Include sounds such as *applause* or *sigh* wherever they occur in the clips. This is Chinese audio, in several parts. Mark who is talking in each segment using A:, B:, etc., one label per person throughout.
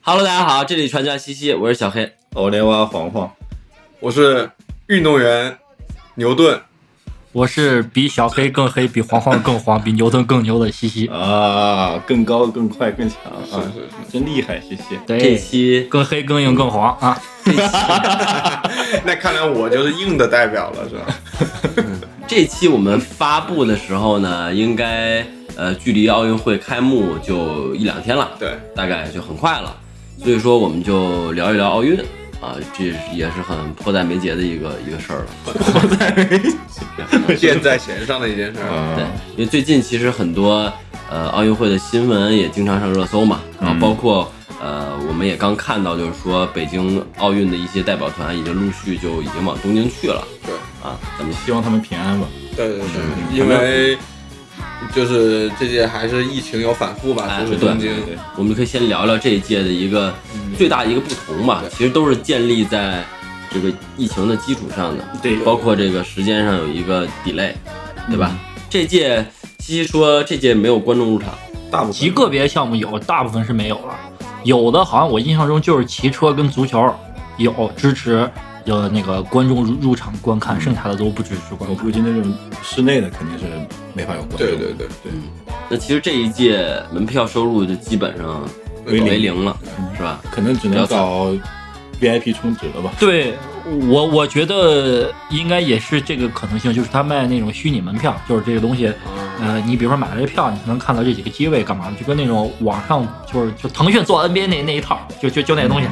A: Hello，大家好，这里传家西西，我是小黑。
B: 奥雷娃哦黄黄，
C: 我是运动员牛顿，
D: 我是比小黑更黑，比黄黄更黄，比牛顿更牛的西西。
B: 啊，更高、更快、更强啊！
C: 是是
B: 真厉害，谢谢。
C: 哎
A: 这
D: 对，
A: 期
D: 更黑、更硬、更黄啊！
C: 是， *laughs* 那看来我就是硬的代表了，是吧？
A: 这期我们发布的时候呢，应该呃距离奥运会开幕就一两天了，
C: 对，
A: 大概就很快了。所以说，我们就聊一聊奥运啊，这也是很迫在眉睫的一个一个事儿了。
C: 箭在弦上的一件事儿。
A: 对
B: 啊，，
A: 因为最近其实很多呃奥运会的新闻也经常上热搜嘛，然后
C: 嗯
A: 包括呃我们也刚看到，就是说北京奥运的一些代表团已经陆续就已经往东京去了
C: 对，
A: 啊，咱们
B: 希望他们平安吧。
C: 对对对，因为就是这届还是疫情有反复吧，
A: 哎
C: 就是
A: 对
C: 东京
B: 对对，
A: 我们可以先聊聊这一届的一个
B: 嗯
A: 最大的一个不同吧，
C: 对
A: 其实都是建立在这个疫情的基础上的，
B: 对
A: 包括这个时间上有一个 delay，对吧？
B: 嗯
A: 这届西西说这届没有观众入场，
B: 大部分
D: 极个别项目有，大部分是没有了。啊有的好像我印象中就是骑车跟足球有支持，有那个观众入入场观看，剩下的都不支持观
B: 我
D: 看。
B: 估计那种室内的肯定是没法有观众。
C: 对对对
B: 对，
A: 那其实这一届门票收入就基本上为
B: 为零
A: 零了，
B: 嗯
A: 是吧？
B: 可能只能找 VIP 充值了吧？
D: 对我，我觉得应该也是这个可能性，就是他卖那种虚拟门票，就是这个东西，呃，你比如说买了这票，你才能看到这几个机位干嘛的，就跟那种网上就是就腾讯做 NBA 那那一套，就就就那个东西。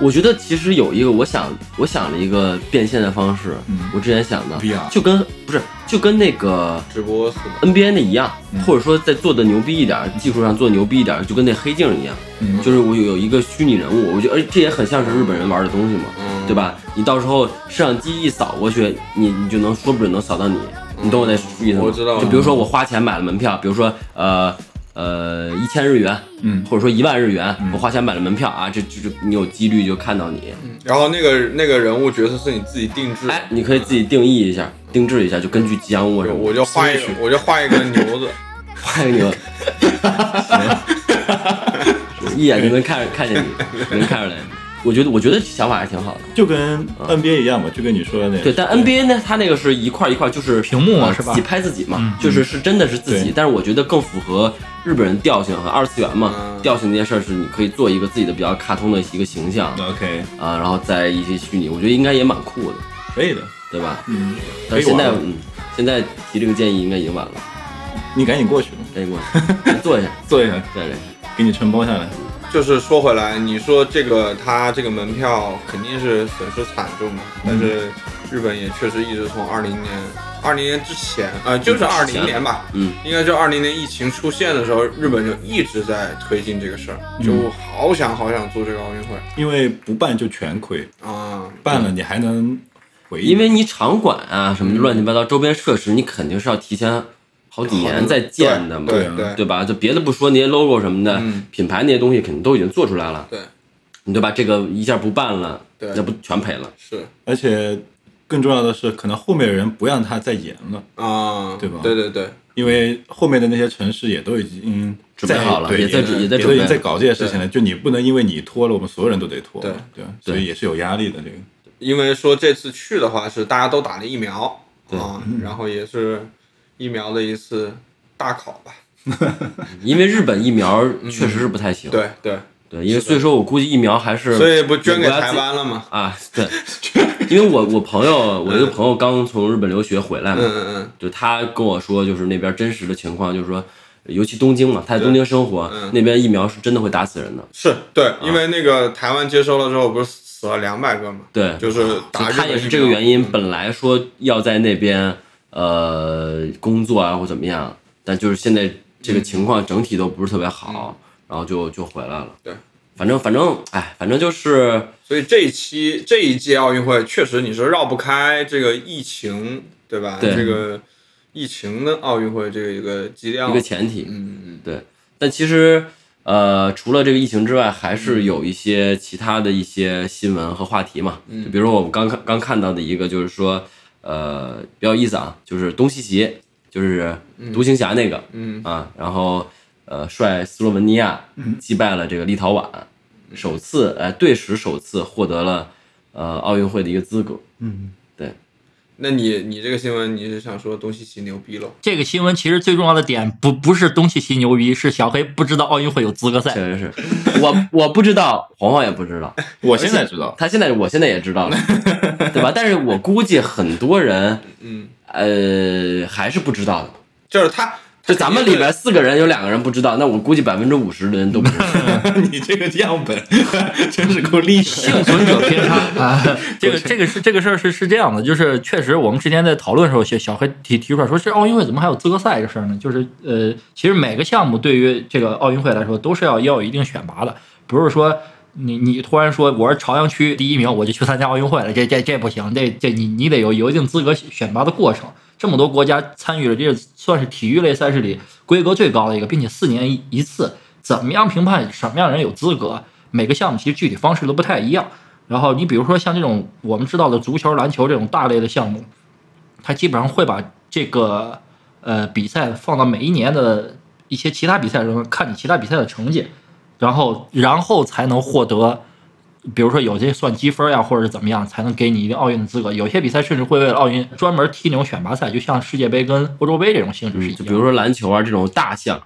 A: 我觉得其实有一个，我想我想了一个变现的方式，
B: 嗯
A: 我之前想的
B: VR
A: 就跟不是就跟那个
C: 直播似的。
A: NBA 的一样
B: 嗯，
A: 或者说再做的牛逼一点儿，技术上做牛逼一点儿，就跟那黑镜一样，
B: 嗯
A: 就是我有有一个虚拟人物，我觉得而这也很像是日本人玩的东西嘛，
C: 嗯
A: 对吧？你到时候摄像机一扫过去，你你就能说不准能扫到你，你懂我的意思吗？
C: 我知道
A: 就比如说我花钱买了门票，比如说呃呃一千日元，
B: 嗯
A: 或者说一万日元，我花钱买了门票啊，这这这你有几率就看到你，
C: 然后那个那个人物角色是你自己定制的，
A: 哎，你可以自己定义一下，定制一下，就根据吉祥物什么的。
C: 我就画一
A: 随便
C: 个，我就画一个牛子，
A: 看你， *laughs* 一眼就能看看见你，能看出来。我觉得，我觉得想法还挺好的。
B: 就跟 NBA 一样嘛，就跟你说的那
A: 对，但 NBA 呢，它那个是一块一块，就是
D: 屏幕嘛
A: 呃
D: 是吧嗯
A: 自己拍自己嘛，就是是真的是自己
B: 对。
A: 但是我觉得更符合日本人调性和二次元嘛
C: 嗯
A: 调性这件事儿，是你可以做一个自己的比较卡通的一个形象
B: OK
A: 啊，然后再一些虚拟，我觉得应该也蛮酷的，
B: 可以的，
A: 对吧？
B: 嗯，
A: 但是现在
B: 可以玩
A: 嗯，现在提这个建议应该已经晚了，
B: 你赶紧过去吧，
A: 赶紧过
D: *laughs*
A: 来做一下，
B: 坐一下，
A: 对啊对。
B: 给你承包下来。
C: 就是说回来，你说这个他这个门票肯定是损失惨重的，
A: 嗯
C: 但是日本也确实一直从二零年、二零年之前，呃，就是二
A: 嗯之前
C: 零年吧，
A: 嗯，
C: 应该就二零年疫情出现的时候，日本就一直在推进这个事儿，
A: 嗯
C: 就好想好想做这个奥运会
B: 因为不办就全亏，
C: 啊，
B: 办了你还能回忆。
A: 因为你场馆啊什么乱七八糟周边设施，你肯定是要提前好几年再建的嘛，
C: 对
B: 对
C: 对
A: 对吧？就别的不说，那些 logo 什么的
C: 嗯，
A: 品牌那些东西肯定都已经做出来了，
C: 对
A: 你对吧？这个一下不办了，
C: 对
A: 那不全赔了？
C: 是
B: 而且更重要的是，可能后面的人不让他再演了，
C: 啊，
B: 对吧
C: 对对对，
B: 因为后面的那些城市也都已经
A: 准备
B: 在
A: 好了，
B: 对，
A: 也在
C: 也
A: 也在
B: 也都
A: 准
B: 已经在
A: 备。
B: 搞这些事情了。就你不能因为你拖了，我们所有人都得拖，
C: 对
B: 对，所以也是有压力的。这个
C: 因为说这次去的话是大家都打了疫苗
A: 对嗯
C: 啊，然后也是疫苗的一次大考吧，
A: 因为日本疫苗确实是不太行，
C: 嗯对对，
A: 对，因为所以说我估计疫苗还是
C: 所以不捐给
A: 美国要
C: 台
A: 自
C: 湾了吗？
A: 啊？对，因为我我朋友我一个朋友刚从日本留学回来嘛，
C: 嗯嗯嗯。
A: 就他跟我说，就是那边真实的情况，就是说，尤其东京嘛，他在东京生活，
C: 嗯
A: 那边疫苗是真的会打死人的。
C: 是对，因为那个台湾接收了之后，不是死了两百个嘛？
A: 对
C: 就是打
A: 就
C: 日
A: 他
C: 本
A: 也是
C: 疫
A: 这个
C: 苗
A: 原因，本来说要在那边呃工作啊或怎么样，但就是现在这
C: 嗯
A: 个情况整体都不是特别好，然后就就回来了。
C: 对，
A: 反正反正哎，反正就是
C: 所以这一期这一届奥运会，确实你是绕不开这个疫情，对吧？
A: 对
C: 这个疫情的奥运会，这个一个基调，
A: 一个前提。
C: 哦嗯，嗯
A: 对，但其实呃，除了这个疫情之外，还是有一些其他的一些新闻和话题嘛。嗯，比如说我们刚看刚看到的一个，就是说呃比较有意思啊，就是东契奇，就是独行侠那个，
C: 嗯
A: 啊，然后呃率斯洛文尼亚击败了这个立陶宛。首次哎队史首次获得了呃奥运会的一个资格。
B: 嗯，
C: 那你你这个新闻你是想说东契奇牛逼喽？
D: 这个新闻其实最重要的点不不是东契奇牛逼，是小黑不知道奥运会有资格赛
A: 确。实是我我不知道，黄黄也不知道，
B: 我现在知道，
A: 他现在我现在也知道了，对吧？但是我估计很多人
C: 嗯，
A: 呃还是不知道的。
C: 就是他，
A: 就咱们里边四个人有两个人不知道，那我估计百分之五十的人都不知
C: *laughs*
A: 道。
B: *laughs* 你这个样本真是够厉
D: *laughs*
B: 害。
D: 幸存者偏差啊， *laughs* 这个这个是这个事儿是是这样的，就是确实我们之前在讨论的时候，小小黑提提出来说，这奥运会怎么还有资格赛这事儿呢？就是呃，其实每个项目对于这个奥运会来说都是要要有一定选拔的，不是说你你突然说我是朝阳区第一名，我就去参加奥运会了，这这这不行，这这你你得有有一定资格选拔的过程。这么多国家参与了，这算是体育类赛事里规格最高的一个，并且四年一一次，怎么样评判什么样的人有资格？每个项目其实具体方式都不太一样。然后你比如说像这种我们知道的足球、篮球这种大类的项目，它基本上会把这个呃比赛放到每一年的一些其他比赛中，看你其他比赛的成绩，然后然后才能获得，比如说有些算积分呀，或者是怎么样，才能给你一定奥运的资格。有些比赛甚至会为了奥运专门踢那种选拔赛，就像世界杯跟欧洲杯这种性质是一样
A: 就
D: 的。
A: 比如说篮球啊这种大项，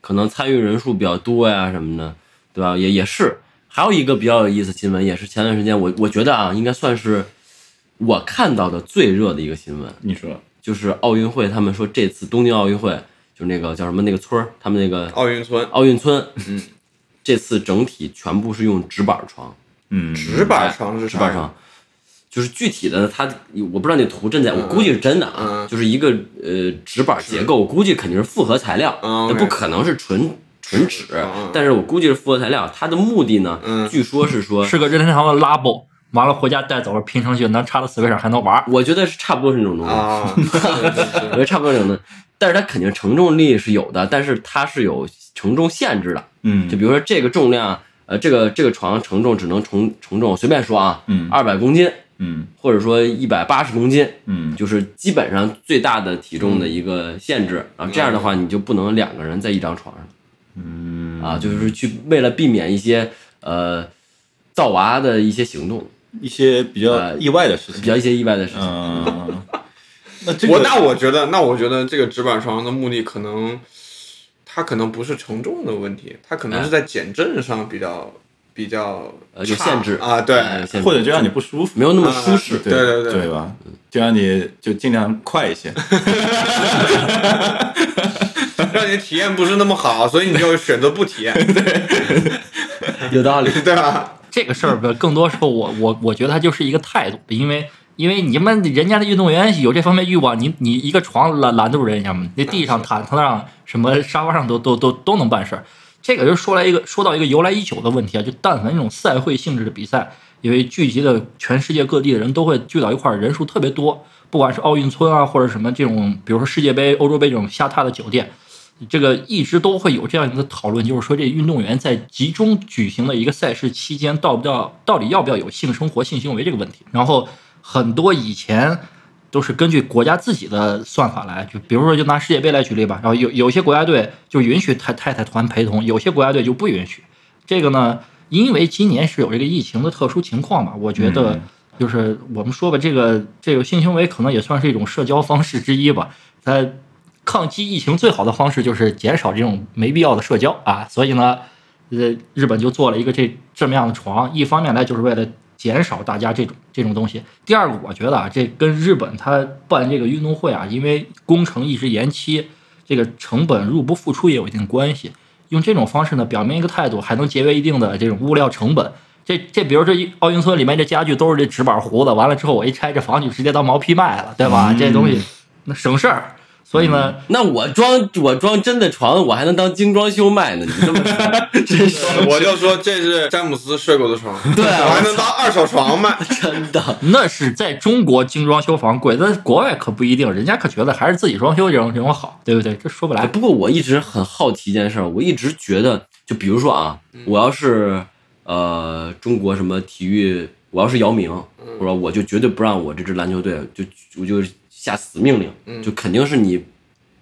A: 可能参与人数比较多呀什么的，对吧？也也是。还有一个比较有意思的新闻，也是前段时间我我觉得啊，应该算是我看到的最热的一个新闻，
B: 你说
A: 就是奥运会，他们说这次东京奥运会就是那个叫什么那个村儿，他们那个
C: 奥运村
A: 奥运村，嗯，这次整体全部是用纸板床，
B: 嗯
C: 直板床是
A: 纸
C: 啥
A: 板
C: 呀？
A: 床。就是具体的，它我不知道那图真假，我估计是真的啊。
C: 嗯
A: 就是一个呃纸板结构，我估计肯定是复合材料，
C: 嗯
A: 那、
C: ，OK
A: 不可能是纯纯纸
C: 嗯，
A: 但是我估计是复合材料。它的目的呢，
C: 嗯
A: 据说是说，
D: 是个任天堂的 labo，完了回家带走了拼成去，能插到 Switch 上还能玩儿。
A: 我觉得是差不多是那种东西，
C: 啊，是是
A: 我觉得差不多是那种东西。但是它肯定承重力是有的，但是它是有承重限制的。
B: 嗯
A: 就比如说这个重量，呃，这个这个床承重只能承承重，随便说啊，
B: 嗯
A: 二百公斤，
B: 嗯
A: 或者说一百八十公斤，
B: 嗯
A: 就是基本上最大的体重的一个限制。然后这样的话，你就不能两个人在一张床上。嗯啊，就是去为了避免一些呃造娃的一些行动，
B: 一些比较
A: 呃
B: 意外的事
A: 比
B: 情，
A: 较一些意外的事情。
B: 嗯，那这
C: 是
B: 个
C: 我那我觉得，那我觉得这个直板床的目的可能，它可能不是承重的问题，它可能是在减震上比较比较
A: 哎呃，有
C: 差
A: 限制
C: 啊，对，
A: 呃有限制
B: 或者就让你不舒服，
A: 没有那么舒
C: 啊
A: 适。
C: 对对对
B: 对吧？就让你就尽量快一些，
C: 让你体验不是那么好，所以你就选择不体验，
A: *laughs* 有道理。
C: 对吧？
D: 这个事儿吧，更多时候我我我觉得它就是一个态度，因为因为你们人家的运动员有这方面欲望，你你一个床拦拦得住人家吗？那地上、毯子上、什么沙发上都都都都能办事儿。这个就说来一个说到一个由来已久的问题啊，就但凡那种赛会性质的比赛，因为聚集的全世界各地的人都会聚到一块儿，人数特别多，不管是奥运村啊，或者什么这种，比如说世界杯、欧洲杯这种下榻的酒店，这个一直都会有这样一个讨论，就是说这运动员在集中举行的一个赛事期间，到不到到底要不要有性生活、性行为这个问题。然后很多以前都是根据国家自己的算法来，就比如说就拿世界杯来举例吧，然后有有些国家队就允许太太太团陪同，有些国家队就不允许。这个呢，因为今年是有这个疫情的特殊情况嘛，我觉得就是我们说吧，这个这个性行为可能也算是一种社交方式之一吧。它抗击疫情最好的方式就是减少这种没必要的社交啊，所以呢，呃，日本就做了一个这这么样的床，一方面呢就是为了减少大家这种这种东西。第二个，我觉得啊，这跟日本它办这个运动会啊，因为工程一直延期，这个成本入不敷出也有一定关系。用这种方式呢，表明一个态度，还能节约一定的这种物料成本。这这，比如这一奥运村里面这家具都是这纸板糊的，完了之后我一拆，这房就直接当毛坯卖了，对吧？这东西那省事儿。所以呢，
A: 那我装我装真的床，我还能当精装修卖呢？你这么说， *laughs* 真是
C: 我就说这是詹姆斯睡过的床，
A: 对啊
C: 我还能当二手床卖，
A: 真的。
D: 那是在中国精装修房贵，但是国外可不一定，人家可觉得还是自己装修这种这种好，对不对？这说不
A: 哎，
D: 来。
A: 不过我一直很好奇一件事儿，我一直觉得，就比如说啊，
B: 嗯
A: 我要是呃中国什么体育，我要是姚明，
B: 嗯
A: 我说我就绝对不让我这支篮球队，就我就下死命令，就肯定是你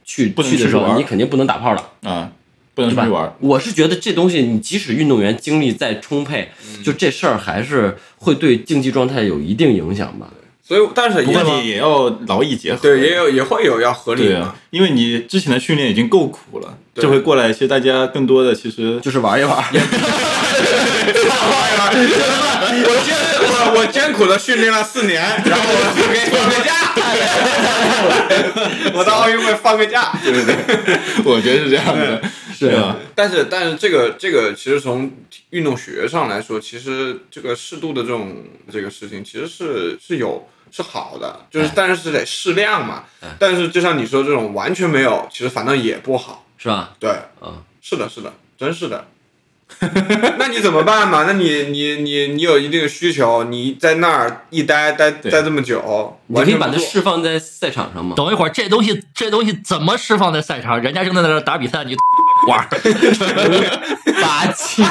A: 去
B: 不能
A: 去的
B: 嗯去
A: 时候，
B: 玩
A: 你肯定不能打炮的，
B: 啊，不能
A: 对
B: 出
A: 吧
B: 去玩儿。
A: 我是觉得这东西，你即使运动员精力再充沛，
B: 嗯
A: 就这事儿还是会对竞技状态有一定影响吧。
C: 所以但是
B: 不过
C: 也
B: 你也要劳逸结合，
C: 对也有也会有要合理
B: 对
C: 的
B: 啊，，因为你之前的训练已经够苦了，
C: 对
B: 这回过来，其实大家更多的其实
A: 就是玩一玩，
C: 我艰我我艰苦的训练了四年，然后我就给放
A: *laughs*
C: 个假， *laughs* 我到奥运会放个假。
B: 对对对，我觉得是这样的， *laughs* 是啊，
C: 但是但是这个这个其实从运动学上来说，其实这个适度的这种这个事情其实是是有是好的，
A: 嗯
C: 就是但是是得适量嘛。但是就像你说这种完全没有，其实反倒也不好。
A: 是吧？
C: 对，
A: 啊，
C: 是的，是的，真是的。 *laughs* 那你怎么办嘛？那你你你你有一定的需求，你在那儿一待待待这么久，
A: 你可以
C: 完全不
A: 把它
C: 做
A: 释放在赛场上嘛。
D: 等一会儿，这东西这东西怎么释放在赛场？人家正在那儿打比赛，你 *laughs* 玩儿
A: 把气，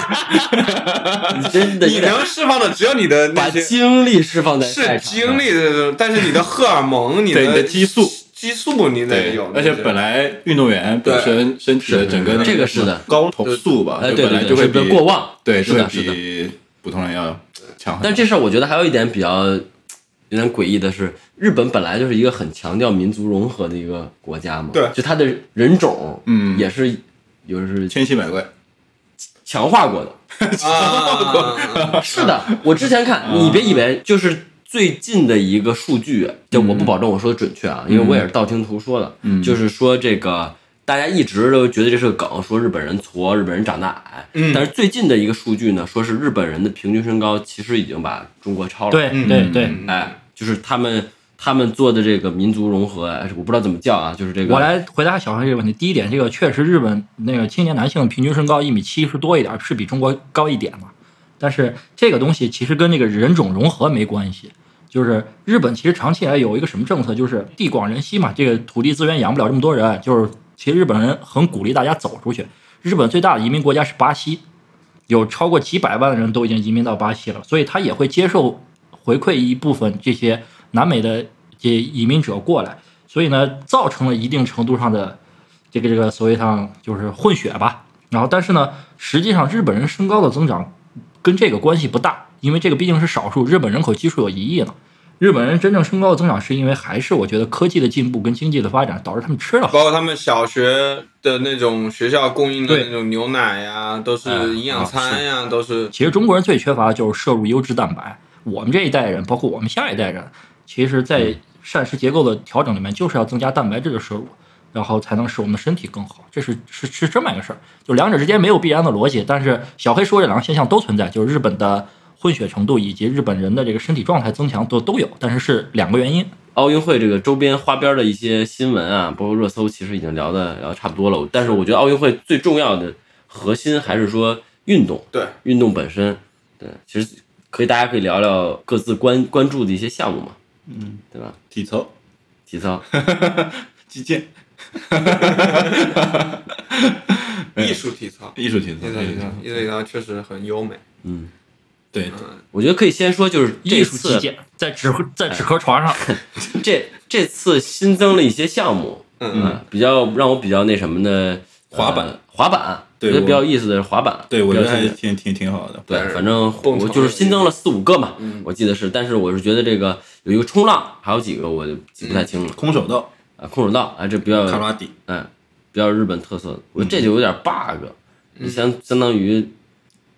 C: *laughs*
A: 你真的
C: 你能释放的只有你的
A: 把
C: 那些
A: 精力释放在赛
C: 是
A: 场
C: 精
A: 上，
C: 力的，但是你的荷尔蒙，你的
B: 对你的激素
C: 激素你得
B: 对
C: 有，，
B: 而且本来运动员本身身体的整个那
A: 这个
B: 什
A: 是
B: 么
A: 的
B: 高投诉吧，
A: 哎，
B: 就
A: 对对
B: 本来
A: 对，
B: 就会
A: 是不
B: 比
A: 过旺，
B: 对，
A: 是
B: 就会
A: 的，是的。
B: 比普通人要强很多。
A: 但这事儿我觉得还有一点比较有点诡异的是，日本本来就是一个很强调民族融合的一个国家嘛，
C: 对
A: 就它的人种，
B: 嗯
A: 也是有是
B: 千奇百怪，
A: 强化过的。
C: 啊，
A: *laughs* 是的，我之前看，
D: 嗯
A: 你别以为就是最近的一个数据，就
D: 嗯
A: 我不保证我说的准确啊，因为我也是道听途说的，就是说这个。大家一直都觉得这是个梗，说日本人矬，日本人长得矮。
C: 嗯
A: 但是最近的一个数据呢，说是日本人的平均身高其实已经把中国超了。
D: 对对对，
A: 哎，就是他们他们做的这个民族融合，哎我不知道怎么叫啊，就是这个。
D: 我来回答小黑这个问题。第一点，这个确实日本那个青年男性平均身高一米七是多一点，是比中国高一点嘛。但是这个东西其实跟这个人种融合没关系。就是日本其实长期以来有一个什么政策，就是地广人稀嘛，这个土地资源养不了这么多人，就是其实日本人很鼓励大家走出去。日本最大的移民国家是巴西，有超过几百万的人都已经移民到巴西了，所以他也会接受回馈一部分这些南美的这移民者过来，所以呢，造成了一定程度上的这个这个所谓上就是混血吧。然后，但是呢，实际上日本人身高的增长跟这个关系不大，因为这个毕竟是少数，日本人口基数有一亿呢。日本人真正身高的增长，是因为还是我觉得科技的进步跟经济的发展导致他们吃了好。
C: 包括他们小学的那种学校供应的
D: 对
C: 那种牛奶呀，都是营养餐呀，都是
D: 其实中国人最缺乏的就是摄入优质蛋白。我们这一代人，包括我们下一代人，其实，在膳食结构的调整里面，就是要增加蛋白质的摄入，然后才能使我们的身体更好。这是是是这么一个事儿，就两者之间没有必然的逻辑。但是小黑说这两个现象都存在，就是日本的混血程度以及日本人的这个身体状态增强都都有，但是是两个原因。
A: 奥运会这个周边花边的一些新闻啊，包括热搜，其实已经聊的聊得差不多了。但是我觉得奥运会最重要的核心还是说运动，
C: 对
A: 运动本身，对，其实可以大家可以聊聊各自关关注的一些项目嘛，嗯，对吧？
B: 体操、
A: 体操， *laughs*
B: 击剑、
C: 艺术体操。
B: 艺术体操
C: 艺、术
B: 艺
C: 体
B: 术
C: 操
B: 体，
C: 艺术体操确实很优美。
B: 对，
A: 我觉得可以先说就是这
D: 艺术
A: 次
D: 击剑在纸在纸壳床上，
A: 这这次新增了一些项目，嗯、比较让我比较那什么的
B: 滑板
A: 呃滑板，
B: 对
A: 我觉得
B: 我
A: 比较有意思的是滑板，
B: 对我觉
A: 比
B: 得
A: 较新
B: 还
A: 鲜
B: 挺挺挺好的。
A: 对
C: 但，是
A: 反正
C: 蹦
A: 我
C: 床
A: 就是
C: 的
A: 新
C: 那
A: 增了四五个嘛，
B: 嗯
A: 我记得是，但是我是觉得这个有一个冲浪，还有几个我就记不太清了
B: 空手道、
A: 啊，空手道啊，这比较
B: 卡拉迪，
A: 嗯比较日本特色的，我这就有点 bug，你相相当于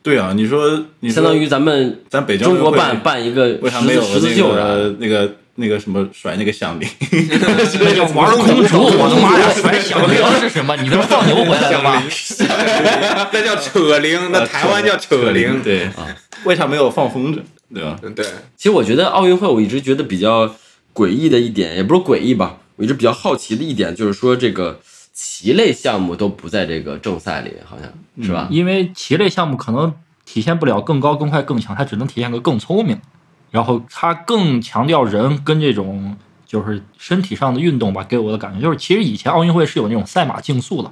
B: 对啊，你说嗯你说
A: 相当于咱们
B: 咱北京
A: 中国
B: 奥运会
A: 办办一个十
B: 为啥没有
A: 字十字
B: 那
A: 绣啥的，
B: 个那个那个什么甩那个响铃？
D: 那个玩空竹，我的妈呀，甩响铃是什么？你他妈放牛回来了吗？
C: 那叫扯铃，那台湾叫扯铃。
B: 啊对啊，为啥没有放风筝？对吧？
C: 嗯，对，
A: 其实我觉得奥运会，我一直觉得比较诡异的一点，也不是诡异吧，我一直比较好奇的一点就是说，这个棋类项目都不在这个正赛里，好像是吧？
B: 嗯
D: 因为棋类项目可能体现不了更高、更快、更强，它只能体现个更聪明。然后它更强调人跟这种就是身体上的运动吧，给我的感觉就是，其实以前奥运会是有那种赛马竞速的，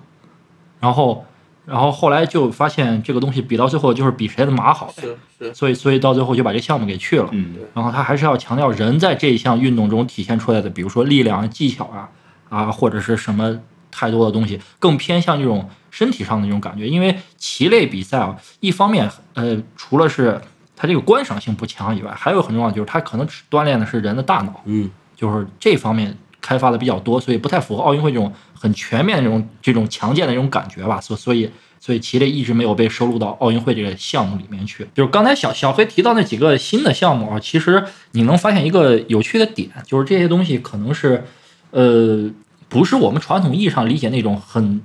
D: 然后然后后来就发现这个东西比到最后就是比谁的马好呗，
C: 是是，
D: 所以所以到最后就把这项目给去了。
B: 嗯，
D: 然后他还是要强调人在这一项运动中体现出来的，比如说力量、技巧啊啊，或者是什么太多的东西，更偏向这种身体上的那种感觉。因为棋类比赛啊，一方面呃，除了是它这个观赏性不强以外，还有很重要就是它可能只锻炼的是人的大脑，
A: 嗯，
D: 就是这方面开发的比较多，所以不太符合奥运会这种很全面的这种这种强健的这种感觉吧。所所以所以棋类一直没有被收录到奥运会这个项目里面去。就是刚才小小黑提到那几个新的项目啊，其实你能发现一个有趣的点，就是这些东西可能是呃不是我们传统意义上理解那种很。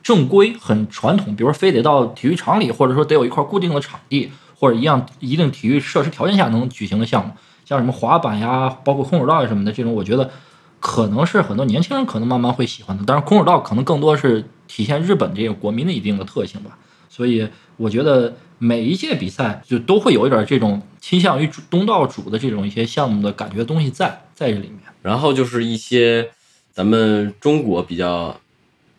D: 正规很传统，比如说非得到体育场里，或者说得有一块固定的场地，或者一样一定体育设施条件下能举行的项目，像什么滑板呀，包括空手道呀什么的，这种我觉得可能是很多年轻人可能慢慢会喜欢的。当然，空手道可能更多是体现日本这个国民的一定的特性吧。所以我觉得每一届比赛就都会有一点这种倾向于主东道主的这种一些项目的感觉的东西在在这里面。
A: 然后就是一些咱们中国比较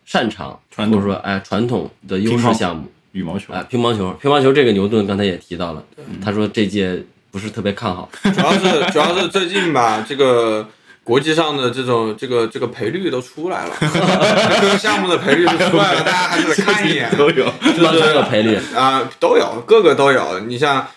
A: 擅长或
B: 传
A: 者
B: 统
A: 说哎传统的优
B: 乒
A: 势
B: 乓
A: 项目，
B: 羽毛球
A: 哎，乒乓球，乒乓球这个牛顿刚才也提到了，他说这届不是特别看好，
C: 主要是主要是最近吧，这个国际上的这种这个这个赔率都出来了，各个项目的赔率都出来了，大家还是得看一眼。
A: *laughs*
B: 都有。
A: 乒乓球的赔率，
C: 啊、都有，各个都有。你像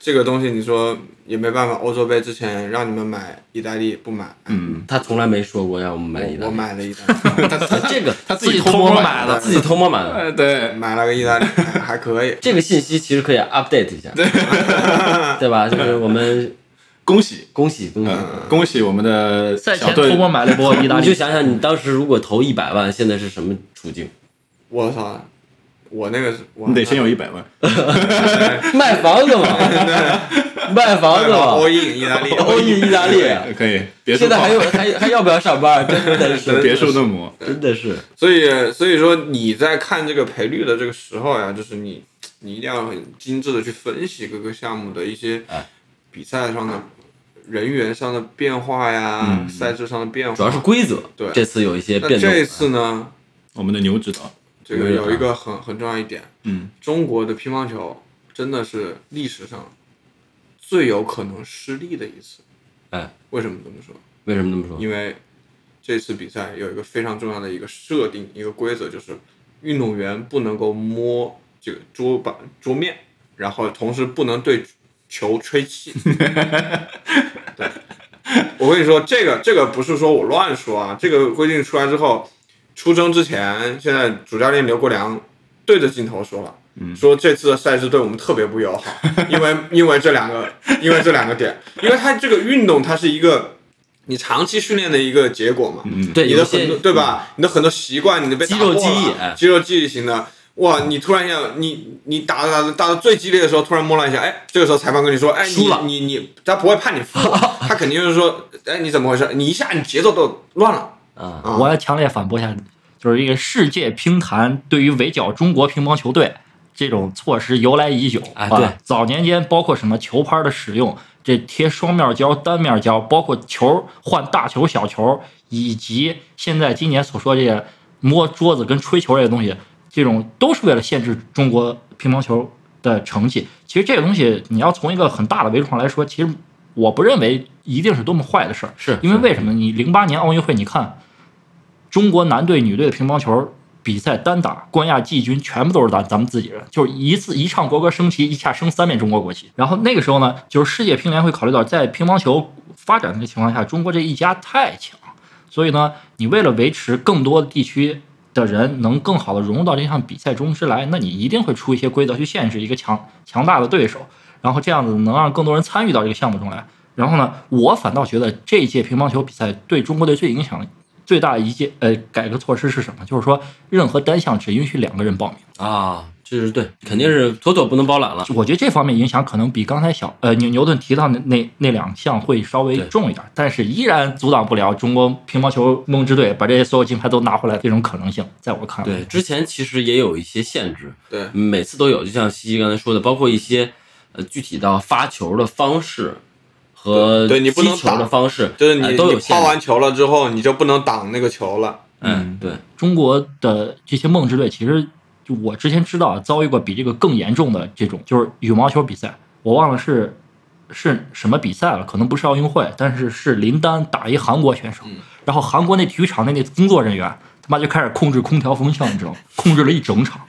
C: 这个东西，你说也没办法，欧洲杯之前让你们买意大利不买，
B: 嗯，
A: 他从来没说过让我们买意大
C: 我我
A: 利，
C: 买了意大利， *laughs*
B: 他他
A: 这个
B: *laughs* 他
D: 自己
B: 己偷
D: 偷摸买
B: 买
D: 的
A: 自己偷摸买的。
B: 哎，对，
C: 买了个意大利，哎还可以。
A: 这个信息其实可以 update 一下， *laughs* 对吧？就是我们
B: 恭喜，
A: 恭喜恭喜。
B: 嗯，恭喜我们的
D: 赛
B: 小
D: 前偷
B: 队
D: 摸买了一波意大
A: 你就
D: 利，
A: 想想，你当时如果投一百万，现在是什么处境？
C: 我操，我那个是，我
B: 你得先有一百万，
A: 卖房子嘛，卖房子
C: 欧
A: 嘛，
C: 印意大利，
A: 欧印意大利，
B: 可以。别墅
A: 现在还有
B: 爆
A: 还还要不要上班？真的是，
C: *laughs*
B: 别墅嫩模，
A: 真的是，
C: 所以所以说你在看这个赔率的这个时候呀，就是你你一定要很精致的去分析各个项目的一些
A: 哎
C: 比赛上的人员上的变化呀，
B: 嗯
C: 赛制上的变化。
A: 主要是规则。
C: 对
A: 这次有一些
C: 那
A: 变动。
C: 这次呢，
B: 我们的牛指导，
C: 这个啊有一个很很重要一点，
B: 嗯，
C: 中国的乒乓球真的是历史上最有可能失利的一次。
A: 哎，
C: 为什么这么说？
A: 为什么这么说？
C: 因为这次比赛有一个非常重要的一个设定，一个规则就是运动员不能够摸这个桌板桌面，然后同时不能对球吹气。对，我跟你说，这个这个不是说我乱说啊，这个规定出来之后，出征之前，现在主教练刘国梁对着镜头说了。说这次的赛制对我们特别不友好，因为因为这两个，因为这两个点，因为它这个运动它是一个你长期训练的一个结果嘛，嗯，
A: 对，
C: 你
A: 有
C: 的
A: 一些
C: 很多对吧？你的很多习惯，你的被
A: 肌
C: 打
A: 肉
C: 破
A: 记忆
C: 了
A: 哎
C: 肌肉记忆型的。哇！你突然一下，你你打着打着打到最激烈的时候，突然摸了一下，哎，这个时候裁判跟你说，哎，
A: 输了
C: 你你你，他不会判你负，
A: *laughs*
C: 他肯定就是说，哎，你怎么回事？你一下你节奏都乱了，
A: 啊，
C: 啊
D: 我要强烈反驳一下，就是这个世界乒坛对于围剿中国乒乓球队这种措施由来已久
A: 啊对
D: 早年间包括什么球拍的使用，这贴双面胶、单面胶，包括球换大球、小球，以及现在今年所说这些摸桌子跟吹球这些东西，这种都是为了限制中国乒乓球的成绩。其实这个东西，你要从一个很大的维度上来说，其实我不认为一定是多么坏的事儿，
A: 是
D: 因为
A: 是
D: 为什么？你零八年奥运会，你看中国男队、女队的乒乓球比赛单打冠亚季军全部都是咱咱们自己人，就是一次一唱国歌升旗，一下升三遍中国国旗。然后那个时候呢，就是世界乒联会考虑到在乒乓球发展的情况下，中国这一家太强，所以呢，你为了维持更多地区的人能更好的融入到这项比赛中之来，那你一定会出一些规则去限制一个强强大的对手，然后这样子能让更多人参与到这个项目中来。然后呢，我反倒觉得这一届乒乓球比赛对中国队最影响最大的一届呃改革措施是什么？就是说，任何单项只允许两个人报名。
A: 啊，这是对，肯定是妥妥不能包揽了。
D: 我觉得这方面影响可能比刚才小呃牛牛顿提到的那那两项会稍微
A: 对
D: 重一点，但是依然阻挡不了中国乒乓球梦之队把这些所有金牌都拿回来这种可能性，在我看来。
A: 对，之前其实也有一些限制，
C: 对
A: 每次都有，就像西西刚才说的，包括一些呃具体到发球的方式和
C: 对对你不
A: 击
C: 能
A: 球的
C: 打
A: 方式，
C: 就是你、
A: 呃都有
C: 你
A: 限
C: 抛
A: 制。
C: 完球了之后，你就不能挡那个球了，
A: 嗯，对，
D: 中国的这些梦之队，其实就我之前知道啊遭遇过比这个更严重的这种，就是羽毛球比赛，我忘了是是什么比赛了，可能不是奥运会，但是是林丹打一韩国选手，然后韩国那体育场内那工作人员他妈就开始控制空调风向，你知道吗？控制了一整场，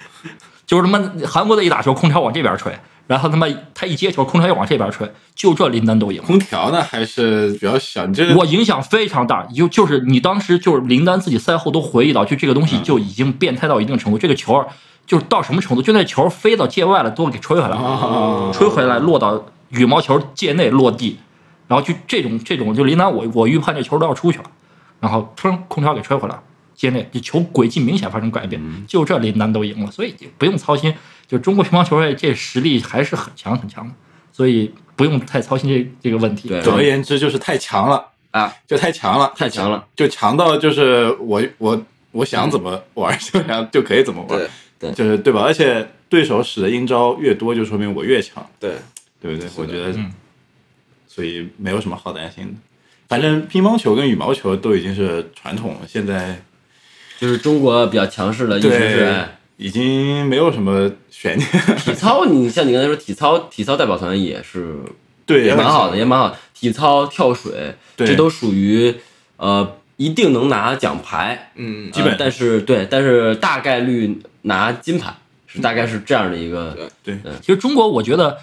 D: 就是他妈韩国队一打球，空调往这边吹，然后他妈他一接球，空调又往这边吹，就这林丹都赢。
B: 空调呢还是比较小，你这
D: 我影响非常大，就就是你当时就是林丹自己赛后都回忆到，就这个东西就已经变态到一定程度，这个球儿就是到什么程度，就那球儿飞到界外了，都给吹回来了，吹回来落到羽毛球界内落地，然后就这种这种就林丹我我预判这球都要出去了，然后砰空调给吹回来了，界内这球轨迹明显发生改变，就这林丹都赢了，所以不用操心，就中国乒乓球队这实力还是很强很强的，所以不用太操心这这个问题。
A: 对
B: 总而言之就是太强了，
A: 啊，
B: 就太强了，
A: 太强了，
B: 就强到就是我我我想怎么玩就想就可以怎么玩，
A: 对对
B: 就是对吧？而且对手使的阴招越多，就说明我越强，
C: 对，
B: 对不对？我觉得
D: 嗯，
B: 所以没有什么好担心的。反正乒乓球跟羽毛球都已经是传统了，现在
A: 就是中国比较强势的，一直是
B: 对
A: 哎
B: 已经没有什么悬念， *laughs*
A: 体操。你像你刚才说体操，体操代表团也是
B: 对，
A: 也蛮好的，也蛮好的。体操、跳水，
B: 对
A: 这都属于呃一定能拿奖牌，
C: 嗯，
B: 基本
A: 呃但是对，但是大概率拿金牌是大概是这样的一个
C: 对
B: 对
A: 嗯
D: 其实中国，我觉得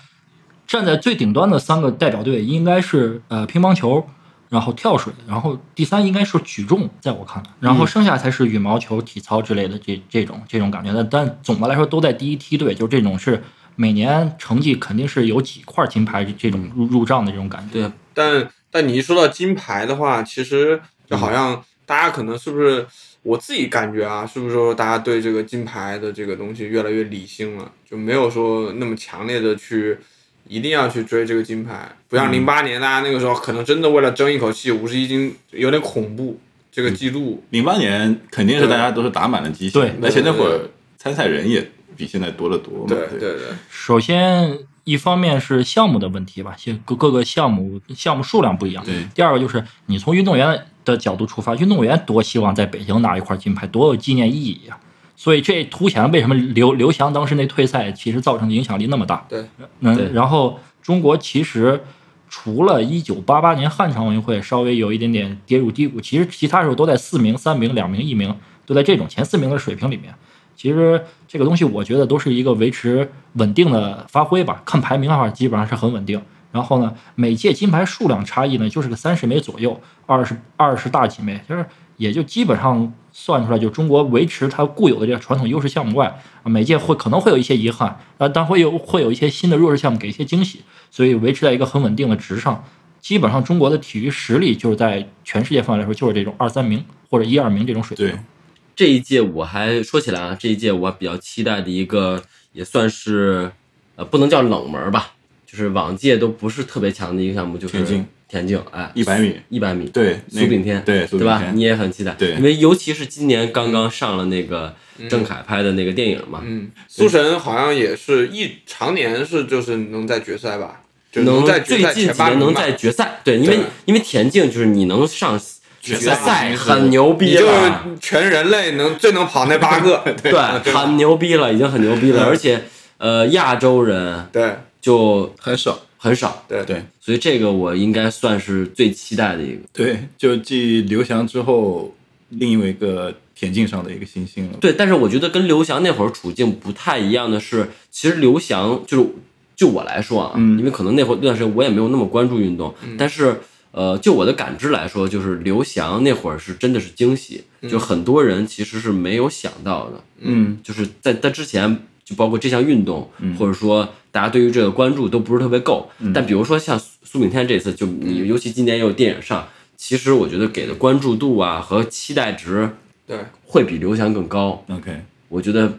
D: 站在最顶端的三个代表队应该是呃乒乓球，然后跳水，然后第三应该是举重，在我看来，然后剩下才是羽毛球、体操之类的这这种这种感觉的。但总的来说，都在第一梯队，就这种是每年成绩肯定是有几块金牌这种入入账的这种感觉。
A: 对
C: 但但你一说到金牌的话，其实就
A: 嗯
C: 好像大家可能是不是我自己感觉啊，是不是说大家对这个金牌的这个东西越来越理性了，就没有说那么强烈的去一定要去追这个金牌，不
A: 嗯
C: 像零八年大家那个时候可能真的为了争一口气，五十一斤有点恐怖这
A: 嗯
C: 个记录，
B: 零八年肯定是大家都是打满了机器，
D: 对
B: 而且那会儿参赛人也比现在多得多嘛，
C: 对
B: 对
C: 对对，
D: 首先，一方面是项目的问题吧，就各各个项目项目数量不一样。
B: 对
D: 第二个就是你从运动员的角度出发，运动员多希望在北京拿一块金牌，多有纪念意义呀、所以这凸显了为什么刘刘翔当时那退赛其实造成的影响力那么大。
C: 对，
A: 对
D: 嗯，然后中国其实除了1988年汉城奥运会稍微有一点点跌入低谷，其实其他时候都在四名、三名、两名、一名，都在这种前四名的水平里面。其实这个东西，我觉得都是一个维持稳定的发挥吧。看排名的话，基本上是很稳定。然后呢，每届金牌数量差异呢，就是个三十枚左右，二十二十大几枚，就是也就基本上算出来，就中国维持它固有的这个传统优势项目外，啊每届会可能会有一些遗憾，啊，但会有会有一些新的弱势项目给一些惊喜，所以维持在一个很稳定的值上。基本上中国的体育实力就是在全世界范围来说，就是这种二三名或者一二名这种水平。
B: 对
A: 这一届我还说起来啊，这一届我比较期待的一个也算是呃不能叫冷门吧，就是往届都不是特别强的一个项目，就是
B: 田径
A: 田径，哎，
B: 一百米，
A: 一百米，
B: 对那
A: 苏炳添，
B: 对苏
A: 对
B: 炳
A: 吧？
B: 添
A: 你也很期待，
B: 对嗯
A: 因为尤其是今年刚刚上了那个郑恺拍的那个电影嘛，
C: 嗯，苏神好像也是一常年是就是能在决赛吧，就
A: 能
C: 在决
A: 最
C: 赛
A: 近
C: 前
A: 几
C: 八
A: 年
C: 名
A: 能
C: 吧
A: 在决赛，对，因为
C: 对
A: 因为田径就是你能上决
B: 赛
A: 赛
B: 是
A: 很牛
C: 你
A: 逼
C: 就
A: 了
C: 是，全人类能最能跑那
A: *laughs*
C: 八个，对嗯
A: 对，很牛逼了，已经很牛逼了，而且呃亚洲人
C: 对
A: 就
B: 很少，
A: 很少。
C: 对
B: 对
A: 所以这个我应该算是最期待的一个。
B: 对，就继刘翔之后另一个田径上的一个新星了，
A: 对，但是我觉得跟刘翔那会儿处境不太一样的是，其实刘翔就是就我来说啊，因为可能那会儿那段时间我也没有那么关注运动，但是呃，就我的感知来说，就是刘翔那会儿是真的是惊喜，就很多人其实是没有想到的，
B: 嗯，
A: 就是在在之前。就包括这项运动，或者说大家对于这个关注都不是特别够。但比如说像苏苏炳添这次，就你尤其今年又有电影上，其实我觉得给的关注度啊和期待值
C: 对，
A: 会比刘翔更高。
B: ，OK，
A: 我觉得，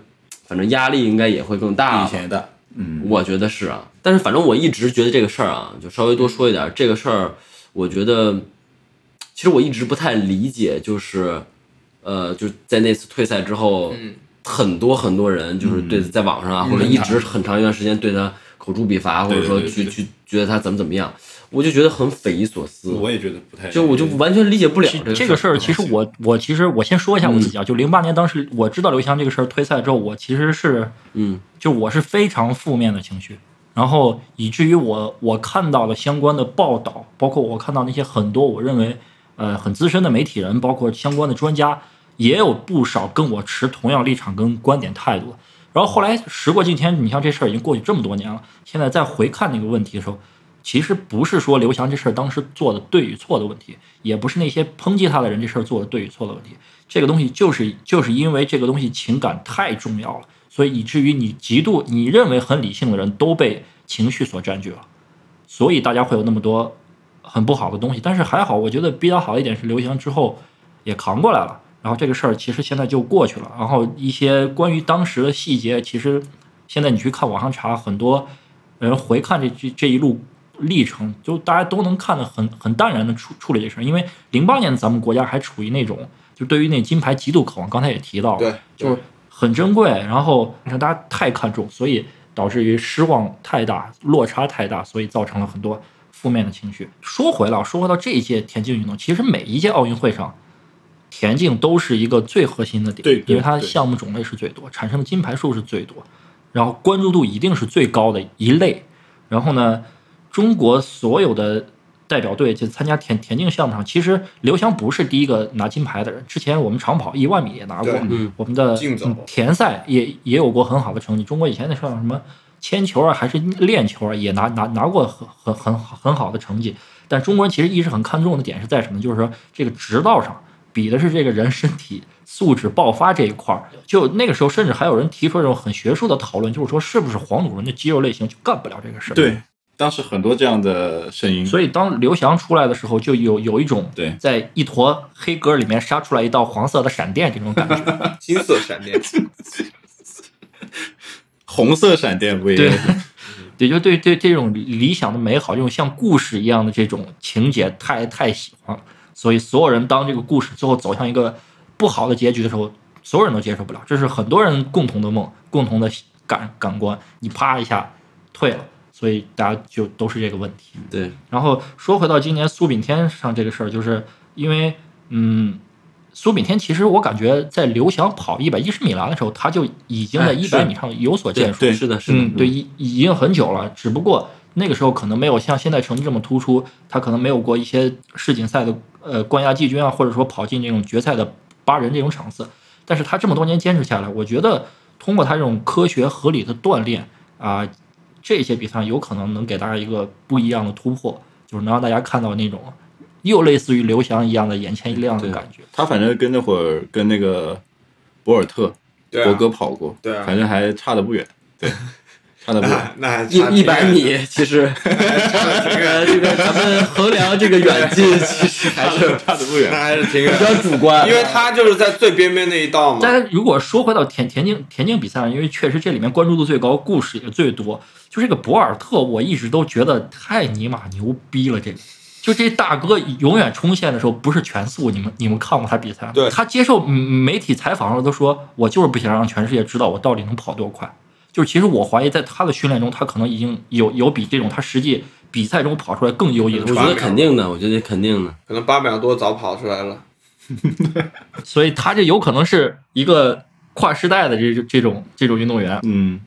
A: 反正压力应该也会更
B: 比
A: 大啊
B: 以。前大，嗯，
A: 我觉得是啊，但是反正我一直觉得这个事儿啊，就稍微多说一点儿，这个事儿，我觉得，其实我一直不太理解，就是，呃，就在那次退赛之后，
B: 嗯
A: 很多很多人就是对在网上啊，或者一直很长一段时间对他口诛笔伐，或者说
B: 对对
A: 去
B: 对
A: 去觉得他怎么怎么样，我就觉得很匪夷所思，
B: 我也觉得不太，
A: 就我就完全理解不了嗯
D: 其
A: 这
D: 这个
A: 事
D: 事儿，其实我我其实我先说一下我自己啊，就零八年当时我知道刘翔这个事儿退赛之后，我其实是
A: 嗯，
D: 就我是非常负面的情绪，然后以至于我我看到了相关的报道，包括我看到那些很多我认为呃很资深的媒体人，包括相关的专家。也有不少跟我持同样立场跟观点态度的。然后后来时过境迁，你像这事儿已经过去这么多年了，现在再回看那个问题的时候，其实不是说刘翔这事儿当时做的对与错的问题，也不是那些抨击他的人这事儿做的对与错的问题。这个东西就是就是因为这个东西情感太重要了，所以以至于你极度你认为很理性的人都被情绪所占据了，所以大家会有那么多很不好的东西。但是还好，我觉得比较好一点是刘翔之后也扛过来了。然后这个事儿其实现在就过去了。然后一些关于当时的细节，其实现在你去看网上查，很多人回看这这这一路历程，就大家都能看得很很淡然的处处理这事儿。因为零八年咱们国家还处于那种就对于那金牌极度渴望，刚才也提到了，
C: 对
D: 就是很珍贵。然后你看大家太看重，所以导致于失望太大，落差太大，所以造成了很多负面的情绪。说回来，啊说回到这一届田径运动，其实每一届奥运会上。田径都是一个最核心的点，
B: 对对
D: 因为它的
B: 对
D: 项目种类是最多，产生的金牌数是最多，然后关注度一定是最高的一类。然后呢，中国所有的代表队就参加田田径项目上，其实刘翔不是第一个拿金牌的人，之前我们长跑一万米也拿过
C: 对，
A: 嗯
D: 我们的
C: 竞走
D: 嗯田赛也也有过很好的成绩。中国以前的像什么铅球啊，还是链球啊，也拿拿拿过很很很好很好的成绩。但中国人其实一直很看重的点是在什么？就是说这个直道上比的是这个人身体素质爆发这一块儿。就那个时候，甚至还有人提出这种很学术的讨论，就是说是不是黄种人的肌肉类型就干不了这个事儿。
B: 对，当时很多这样的声音，
D: 所以当刘翔出来的时候，就有有一种
B: 对
D: 在一坨黑格里面杀出来一道黄色的闪电这种感觉。
C: 金色
A: *laughs*
C: 闪电，
B: 红色闪电不也？
D: 对，也就 *laughs* 对对这种理想的美好，这种像故事一样的这种情节太太喜欢了，所以所有人当这个故事最后走向一个不好的结局的时候，所有人都接受不了，这是很多人共同的梦，共同的感感官，你啪一下退了，所以大家就都是这个问题。
A: 对，
D: 然后说回到今年苏炳添上这个事儿，就是因为嗯，苏炳添其实我感觉在刘翔跑一百一十米栏的时候，他就已经在
A: 哎
D: 一
A: 是
D: 百米上有所建树。
B: 对
A: 是的，是的，
D: 嗯，对，已已经很久了，只不过那个时候可能没有像现在成绩这么突出，他可能没有过一些世锦赛的呃冠亚季军啊，或者说跑进这种决赛的八人这种场次。但是他这么多年坚持下来，我觉得通过他这种科学合理的锻炼啊、这些比赛有可能能给大家一个不一样的突破，就是能让大家看到那种又类似于刘翔一样的眼前一亮的
A: 对
D: 感觉。
B: 他反正跟那会儿跟那个博尔特、
C: 对啊
B: 博哥跑过，
C: 对啊
B: 反正还差的不远， *laughs* 对，差的不
C: 那
B: 远。
C: 那还差
A: 一一百
C: 挺远的，
A: 米，其实这个这个咱们衡量这个远近，其实还是
B: 差的不
C: 那
B: 远，
C: 还是挺
A: 比
C: 远
A: 较
C: 的，
A: 主观，
C: 因为他就是在最边边那一道嘛。
D: 但是如果说回到田田径田径比赛，因为确实这里面关注度最高，故事也最多。就这个博尔特，我一直都觉得太尼玛牛逼了。这个，就这大哥永远冲线的时候不是全速，你们你们看过他比赛吗？
C: 对
D: 他接受嗯媒体采访的时候都说，我就是不想让全世界知道我到底能跑多快。就是其实我怀疑，在他的训练中，他可能已经有有比这种他实际比赛中跑出来更优异的
A: 我
D: 成绩
A: 觉得肯定的，我觉得肯定的，
C: 可能八秒多早跑出来了，
D: 所以他这有可能是一个跨时代的这这种这种运动员。
B: 嗯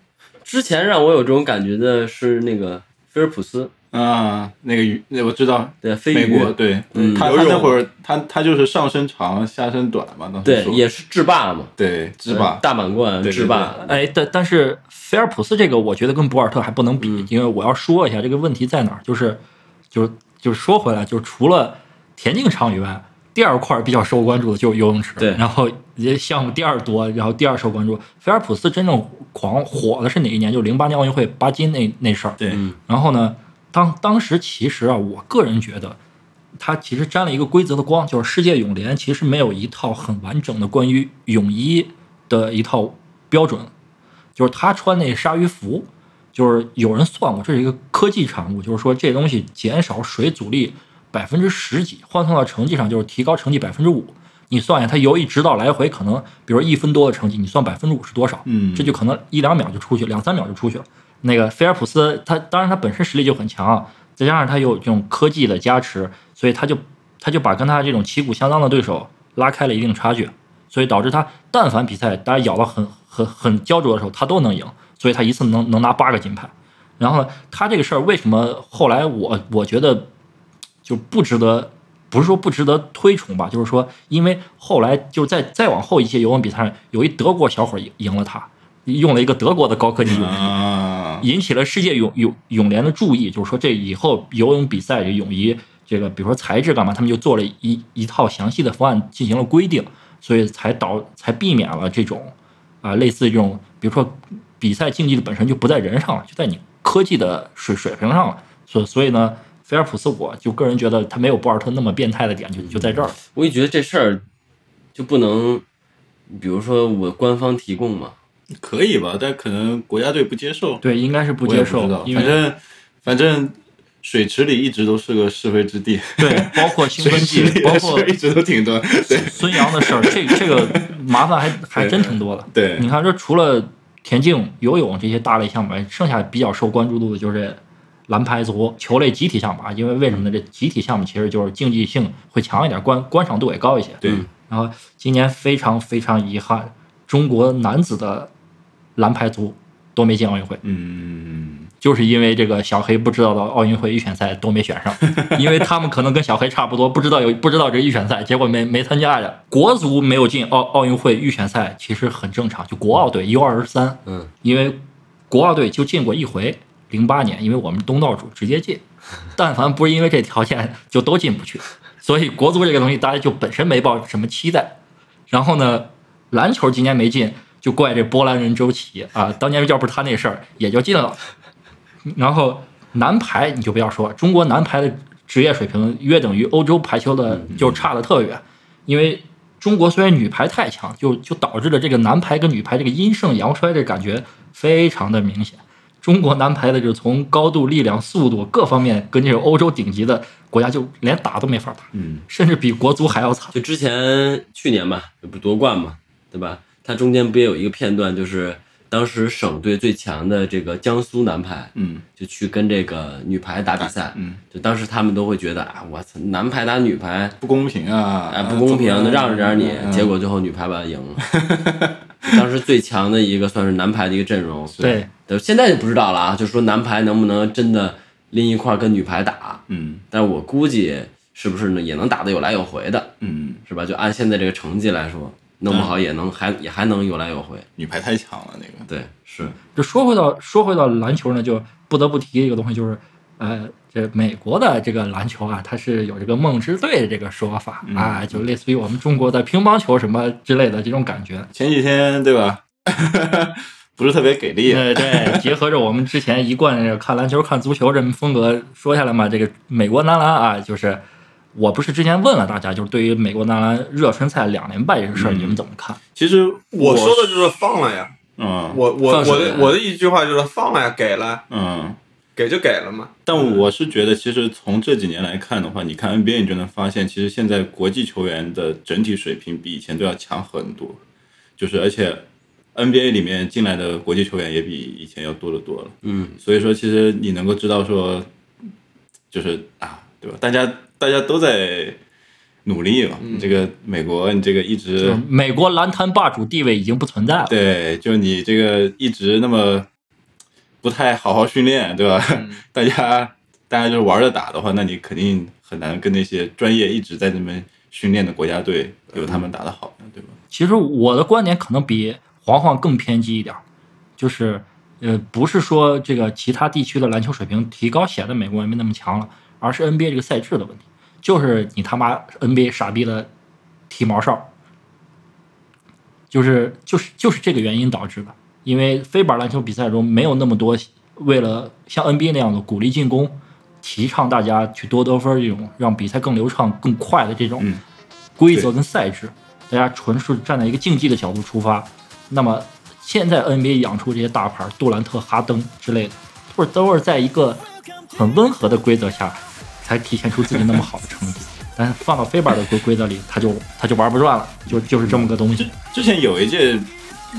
A: 之前让我有这种感觉的是那个菲尔普斯，
B: 啊，那个鱼，那我知道，
A: 对，飞
B: 美
A: 鱼，
B: 国对，
A: 嗯
B: 他
C: 游
B: 他
C: 泳
B: 那会儿他他就是上身长下身短嘛，当时
A: 对，
B: 说
A: 也是制霸嘛，
B: 对，是吧？
A: 大满贯
B: 对对
A: 制霸，
D: 哎，但但是菲尔普斯这个，我觉得跟博尔特还不能比，因为我要说一下这个问题在哪儿，就是，就是就是说回来，就是除了田径场以外，第二块比较受关注的就是游泳池，
A: 对
D: 然后也项目第二多，然后第二受关注。菲尔普斯真正狂火的是哪一年？就零八年奥运会巴金那那事儿，
B: 对，
A: 嗯
D: 然后呢，当当时其实啊，我个人觉得，它其实沾了一个规则的光，就是世界泳联其实没有一套很完整的关于泳衣的一套标准，就是他穿那鲨鱼服，就是有人算过，这是一个科技产物，就是说这东西减少水阻力百分之十几，换算到成绩上就是提高成绩百分之五。你算一下，他游一直到来回可能，比如一分多的成绩，你算百分之五是多少？
B: 嗯
D: 这就可能一两秒就出去，两三秒就出去了。那个菲尔普斯，他当然他本身实力就很强啊，再加上他有这种科技的加持，所以他就他就把跟他这种旗鼓相当的对手拉开了一定差距，所以导致他但凡比赛大家咬到很很很焦灼的时候，他都能赢，所以他一次能能拿八个金牌。然后呢，他这个事儿为什么后来我我觉得就不值得不是说不值得推崇吧，就是说，因为后来就是再再往后一些游泳比赛上，有一德国小伙赢赢了他，用了一个德国的高科技泳衣，
B: 啊，
D: 引起了世界泳泳泳联的注意，就是说这以后游泳比赛这泳衣这个，比如说材质干嘛，他们就做了一一套详细的方案进行了规定，所以才导才避免了这种啊、类似这种，比如说比赛竞技的本身就不在人上了，就在你科技的水水平上了，所所以呢。菲尔普斯，我就个人觉得他没有博尔特那么变态的点，就就在这儿。
B: 嗯
A: 我也觉得这事儿就不能，比如说我官方提供嘛，
B: 可以吧？但可能国家队不接受，
D: 对，应该是不
B: 我也
D: 接
B: 不
D: 受
B: 知道，
D: 因
B: 反
D: 为
B: 正反正水池里一直都是个是非之地，
D: 对，包括兴
B: 水
D: 奋
B: 池
D: 剂
B: 里，
D: 包
B: 的
D: 括
B: 水一直都挺多，对
D: 孙杨的事儿，这这个麻烦还还真挺多的。
B: 对
D: 你看这除了田径、游泳这些大类项目，剩下比较受关注度的就是篮排足、球类集体项目啊。因为为什么呢？这集体项目其实就是竞技性会强一点，观观赏度也高一些。嗯
B: 对，
D: 然后今年非常非常遗憾，中国男子的篮排足都没进奥运会。
B: 嗯，
D: 就是因为这个小黑不知道的奥运会预选赛都没选上，因为他们可能跟小黑差不多，不知道有不知道这个预选赛，结果没没参加着。国足没有进奥奥运会预选赛其实很正常，就国奥队 U 二三，
A: 嗯，
D: 因为国奥队就进过一回，零八年，因为我们东道主直接进，但凡不是因为这条件，就都进不去。所以国足这个东西，大家就本身没抱什么期待。然后呢，篮球今年没进，就怪这波兰人周琦啊，当年要不是他那事儿，也就进了。然后男排你就不要说，中国男排的职业水平约等于欧洲排球的，就差的特远。因为中国虽然女排太强，就就导致了这个男排跟女排这个阴盛阳衰这感觉非常的明显。中国男排的就是从高度、力量、速度各方面跟这种欧洲顶级的国家就连打都没法打，
B: 嗯，
D: 甚至比国足还要惨。
A: 就之前去年吧，这不夺冠嘛，对吧？它中间不也有一个片段，就是当时省队最强的这个江苏男排，
B: 嗯，
A: 就去跟这个女排打比赛，
B: 嗯，
A: 就当时他们都会觉得啊，我操，男排打女排，
B: 不公平啊，
A: 哎，不公平，
B: 怎么
A: 那让着点儿
B: 嗯
A: 你，结果最后女排把他赢了。
B: *laughs*
A: 当时最强的一个算是男排的一个阵容，
D: 对，
A: 对，现在就不知道了啊，就说男排能不能真的拎一块儿跟女排打，
B: 嗯
A: 但我估计是不是呢，也能打得有来有回的，
B: 嗯，
A: 是吧？就按现在这个成绩来说，弄不好也能还也还能有来有回，
B: 女排太强了那个，
A: 对，是，
D: 就说回到说回到篮球呢，就不得不提一个东西，就是呃，这美国的这个篮球啊，它是有这个梦之队的这个说法、啊，就类似于我们中国的乒乓球什么之类的这种感觉。
B: 前几天对吧？ *laughs* 不是特别给力，
D: 对呃对，结合着我们之前一贯这个看篮球、看足球这么风格说下来嘛，这个美国男篮啊，就是我不是之前问了大家，就是对于美国男篮热身赛两连败这个事儿，你们怎么看？
B: 其实
C: 我
B: 我
C: 说的就是放了呀，
B: 嗯
C: 我我
A: 放水啊
C: 我的我的一句话就是放了呀，给了，
B: 嗯，
C: 给就给了嘛。
B: 但我是觉得，其实从这几年来看的话，你看 NBA，你就能发现，其实现在国际球员的整体水平比以前都要强很多，就是而且 NBA 里面进来的国际球员也比以前要多得多了。
A: 嗯，
B: 所以说其实你能够知道说，就是啊，对吧？大家大家都在努力嘛。你这个美国，你这个一直、
D: 就是嗯美国篮坛霸主地位已经不存 *laughs* 在了。
B: 对，就你这个一直那么不太好好训练，对吧？
D: 嗯
B: *laughs* 大家大家就是玩着打的话，那你肯定很难跟那些专业一直在那边训练的国家队有他们打得好的，对吧？
D: 其实我的观点可能比黄黄更偏激一点儿，就是呃，不是说这个其他地区的篮球水平提高显得美国人没那么强了，而是 NBA 这个赛制的问题，就是你他妈 NBA 傻逼的剃毛哨，就是就是就是这个原因导致的。因为非板篮球比赛中没有那么多为了像 NBA 那样的鼓励进攻、提倡大家去多得分这种让比赛更流畅、更快的这种
B: 嗯
D: 规则跟赛制，大家纯是站在一个竞技的角度出发。那么现在 NBA 养出这些大牌，杜兰特、哈登之类的，或者都是在一个很温和的规则下，才体现出自己那么好的成绩。但是放到非板的规规则里，他就他就玩不转了，就就是这么个东西。
B: 之前有一届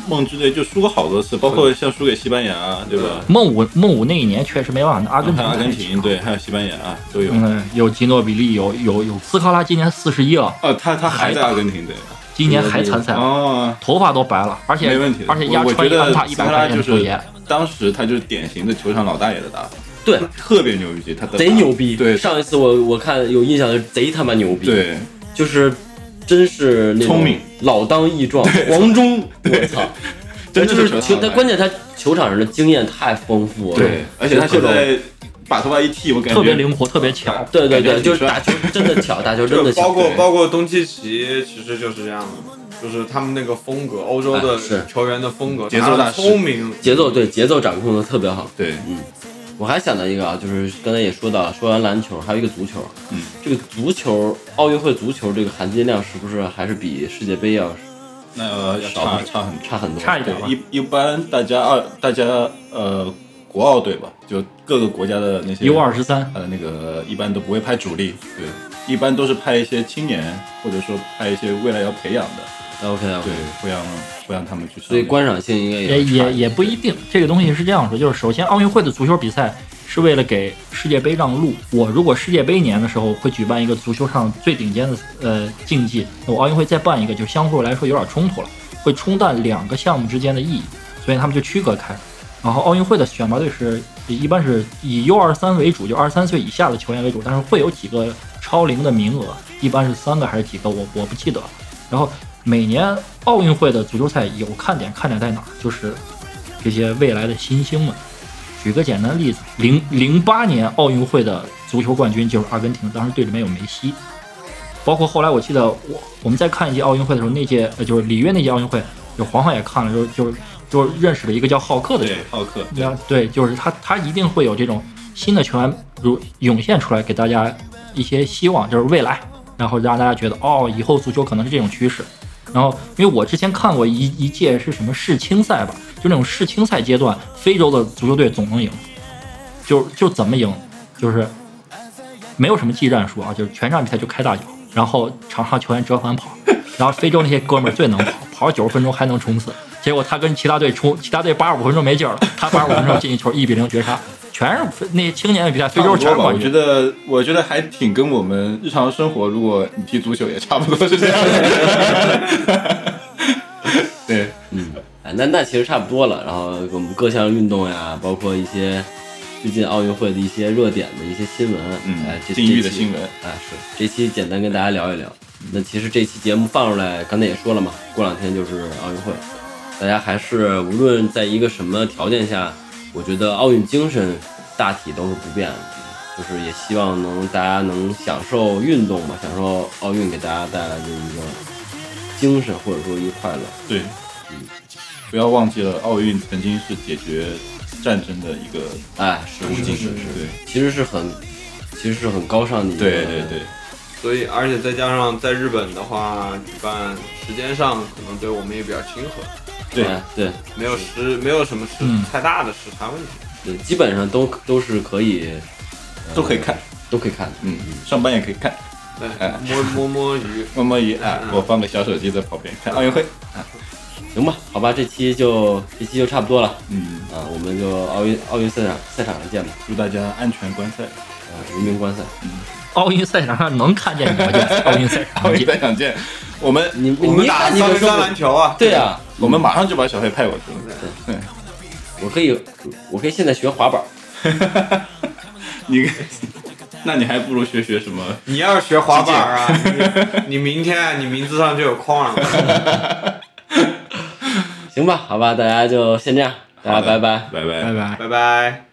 B: 梦之队就输过好多次，包
D: 嗯
B: 括像输给西班牙，对吧？
D: 孟武孟武那一年确实没办法，阿根
B: 还
D: 廷
B: 有阿根
D: 太
B: 廷，对，还有西班牙都有。
D: 嗯，有吉诺比利，有有有斯科拉，今年四十一了，
B: 哦，他他还在阿根廷队
D: 今年还参赛，
B: 哦，
D: 头发都白了，啊而且
B: 没问题的。
D: 而且压
B: 我我
D: 穿
B: 觉
D: 一安
B: 得
D: 踏一
B: 斯
D: 百
B: 科
D: 块
B: 拉
D: 钱
B: 就
D: 的球
B: 是
D: 鞋，
B: 当时他就是典型的球场老大爷的打法，
A: 对，
B: 特别牛逼，他的
A: 贼牛逼。
B: 对
A: 上一次我我看有印象的贼他妈牛逼，，
B: 对，
A: 就是真是那种
B: 聪明
A: 老当益壮，黄忠，我操，
B: *laughs* 真的
A: 就是是
B: 球
A: 球
B: 场
A: 他
B: 来
A: 关键他球场上的经验太丰富了，
B: 对，而且他
A: 就
B: 现
A: 各种
B: 在把头发一剃，我感觉
D: 特别灵活，特别巧。
A: 对对对，
B: 感觉挺
A: 就是
B: 帅
A: 打球真的
B: *laughs*
A: 巧，打球真
C: 就
A: 的
C: 包
A: 巧。
C: 括
B: 对
C: 包括东契奇，其实就是这样的，就是他们那个风格，欧洲
A: 哎是
C: 的球员的风格，
B: 节奏大
C: 他
B: 师
C: 聪明，
A: 节奏对节奏掌控的特别好，
B: 对，
A: 我还想到一个啊，就是刚才也说到，说完篮球，还有一个足球。
B: 嗯，
A: 这个足球奥运会足球这个含金量是不是还是比世界杯要
B: 那呃要
A: 少
B: 差差很
A: 差很多？
D: 差一点
B: 对，一一般大家二大家呃国奥队吧，就各个国家的那些
D: U 二十三，
B: 呃那个一般都不会派主力，对，一般都是派一些青年，或者说派一些未来要培养的，
A: OK 啊
B: 对，，不让不让他们去上。
A: 所以观赏性应该
D: 也
A: 也
D: 也
A: 也
D: 也不一定。这个东西是这样说，就是首先奥运会的足球比赛是为了给世界杯让路。我如果世界杯年的时候会举办一个足球上最顶尖的呃竞技，那我奥运会再办一个，就相互来说有点冲突了，会冲淡两个项目之间的意义，所以他们就区隔开。然后奥运会的选拔队是一般是以 U 二三为主，就二十三岁以下的球员为主，但是会有几个超龄的名额，一般是三个还是几个，我我不记得了。然后每年奥运会的足球赛有看点，看点在哪儿？就是这些未来的新星们。举个简单的例子，零零八年奥运会的足球冠军就是阿根廷，当时队里面有梅西。包括后来我记得我我们在看一届奥运会的时候，那届呃就是里约那届奥运会，就黄黄也看了，就就就认识了一个叫浩克的球员
B: 对。浩克，
D: 那对，就是他，他一定会有这种新的球员如涌现出来，给大家一些希望，就是未来，然后让大家觉得哦，以后足球可能是这种趋势。然后，因为我之前看过一一届是什么世青赛吧，就那种世青赛阶段，非洲的足球队总能赢，就就怎么赢，就是没有什么技战术啊，就是全场比赛就开大脚，然后场上球员折返跑，然后非洲那些哥们儿最能跑，跑九十分钟还能冲刺，结果他跟其他队冲，其他队八十五分钟没劲儿了，他八十五分钟进一球一比零绝杀，全是非那些青年的比赛，非洲全
B: 差
D: 是
B: 不多吧，我
D: 冠
B: 觉
D: 军。
B: 得我觉得还挺跟我们日常生活，如果你踢足球也差不多是这样的。 *laughs* 对，
A: 哎，那那其实差不多了。然后我们各项运动呀，包括一些最近奥运会的一些热点的一些新闻，
B: 嗯
A: 哎，这
B: 禁欲
A: 这
B: 的
A: 期
B: 新闻
A: 哎，是这期简单跟大家聊一聊。那其实这期节目放出来，刚才也说了嘛，过两天就是奥运会，大家还是无论在一个什么条件下，我觉得奥运精神大体都是不变的，就是也希望能大家能享受运动吧，享受奥运给大家带来的一个精神或者说一个快乐。
B: 对，不要忘记了，奥运曾经是解决战争的一个
A: 哎，是
B: 途
A: 是
B: 径，
A: 是是。
B: 对，
A: 其实是很，其实是很高尚的一个。
B: 对对对，
C: 所以而且再加上在日本的话，举办时间上可能对我们也比较亲和，
B: 对
A: 哎对
C: 没有时没有什么时
D: 嗯
C: 太大的时差问题。
A: 对，基本上都都是可以
B: 都可以看，
A: 都可以看的。
B: 嗯，上班也可以看，
C: 对
B: 哎，
C: 摸摸摸鱼，
B: 摸摸鱼啊，我放个小手机在旁边看奥运会，
A: 行吧，好吧，这期就这期就差不多了
B: 嗯，
A: 啊，我们就奥运奥运赛场赛场上见吧，
B: 祝大家安全观赛，
A: 啊，人民观赛，
D: 奥运赛场上能看见你吗？就在奥运赛场
B: 奥
D: 上
B: 运
D: 见。
B: 赛场见，我们
A: *laughs* 你
C: 我们
A: 你
C: 打
A: 看你
C: 三 v
A: 们
C: 三篮
A: *laughs*
C: 球啊，
A: 对呀，
B: 我们马上就把小黑派过去了，
A: 我可以我可以现在学滑板，
B: 你， *laughs* 那你还不如学学什么？
C: 你要是学滑
A: *laughs*
C: 板啊，你你明天你名字上就有框了。
A: 行吧，好吧，大家就先这样，大家
B: 好
A: 拜
B: 的
A: 拜。
B: 拜拜
D: 拜。拜。
C: 拜拜。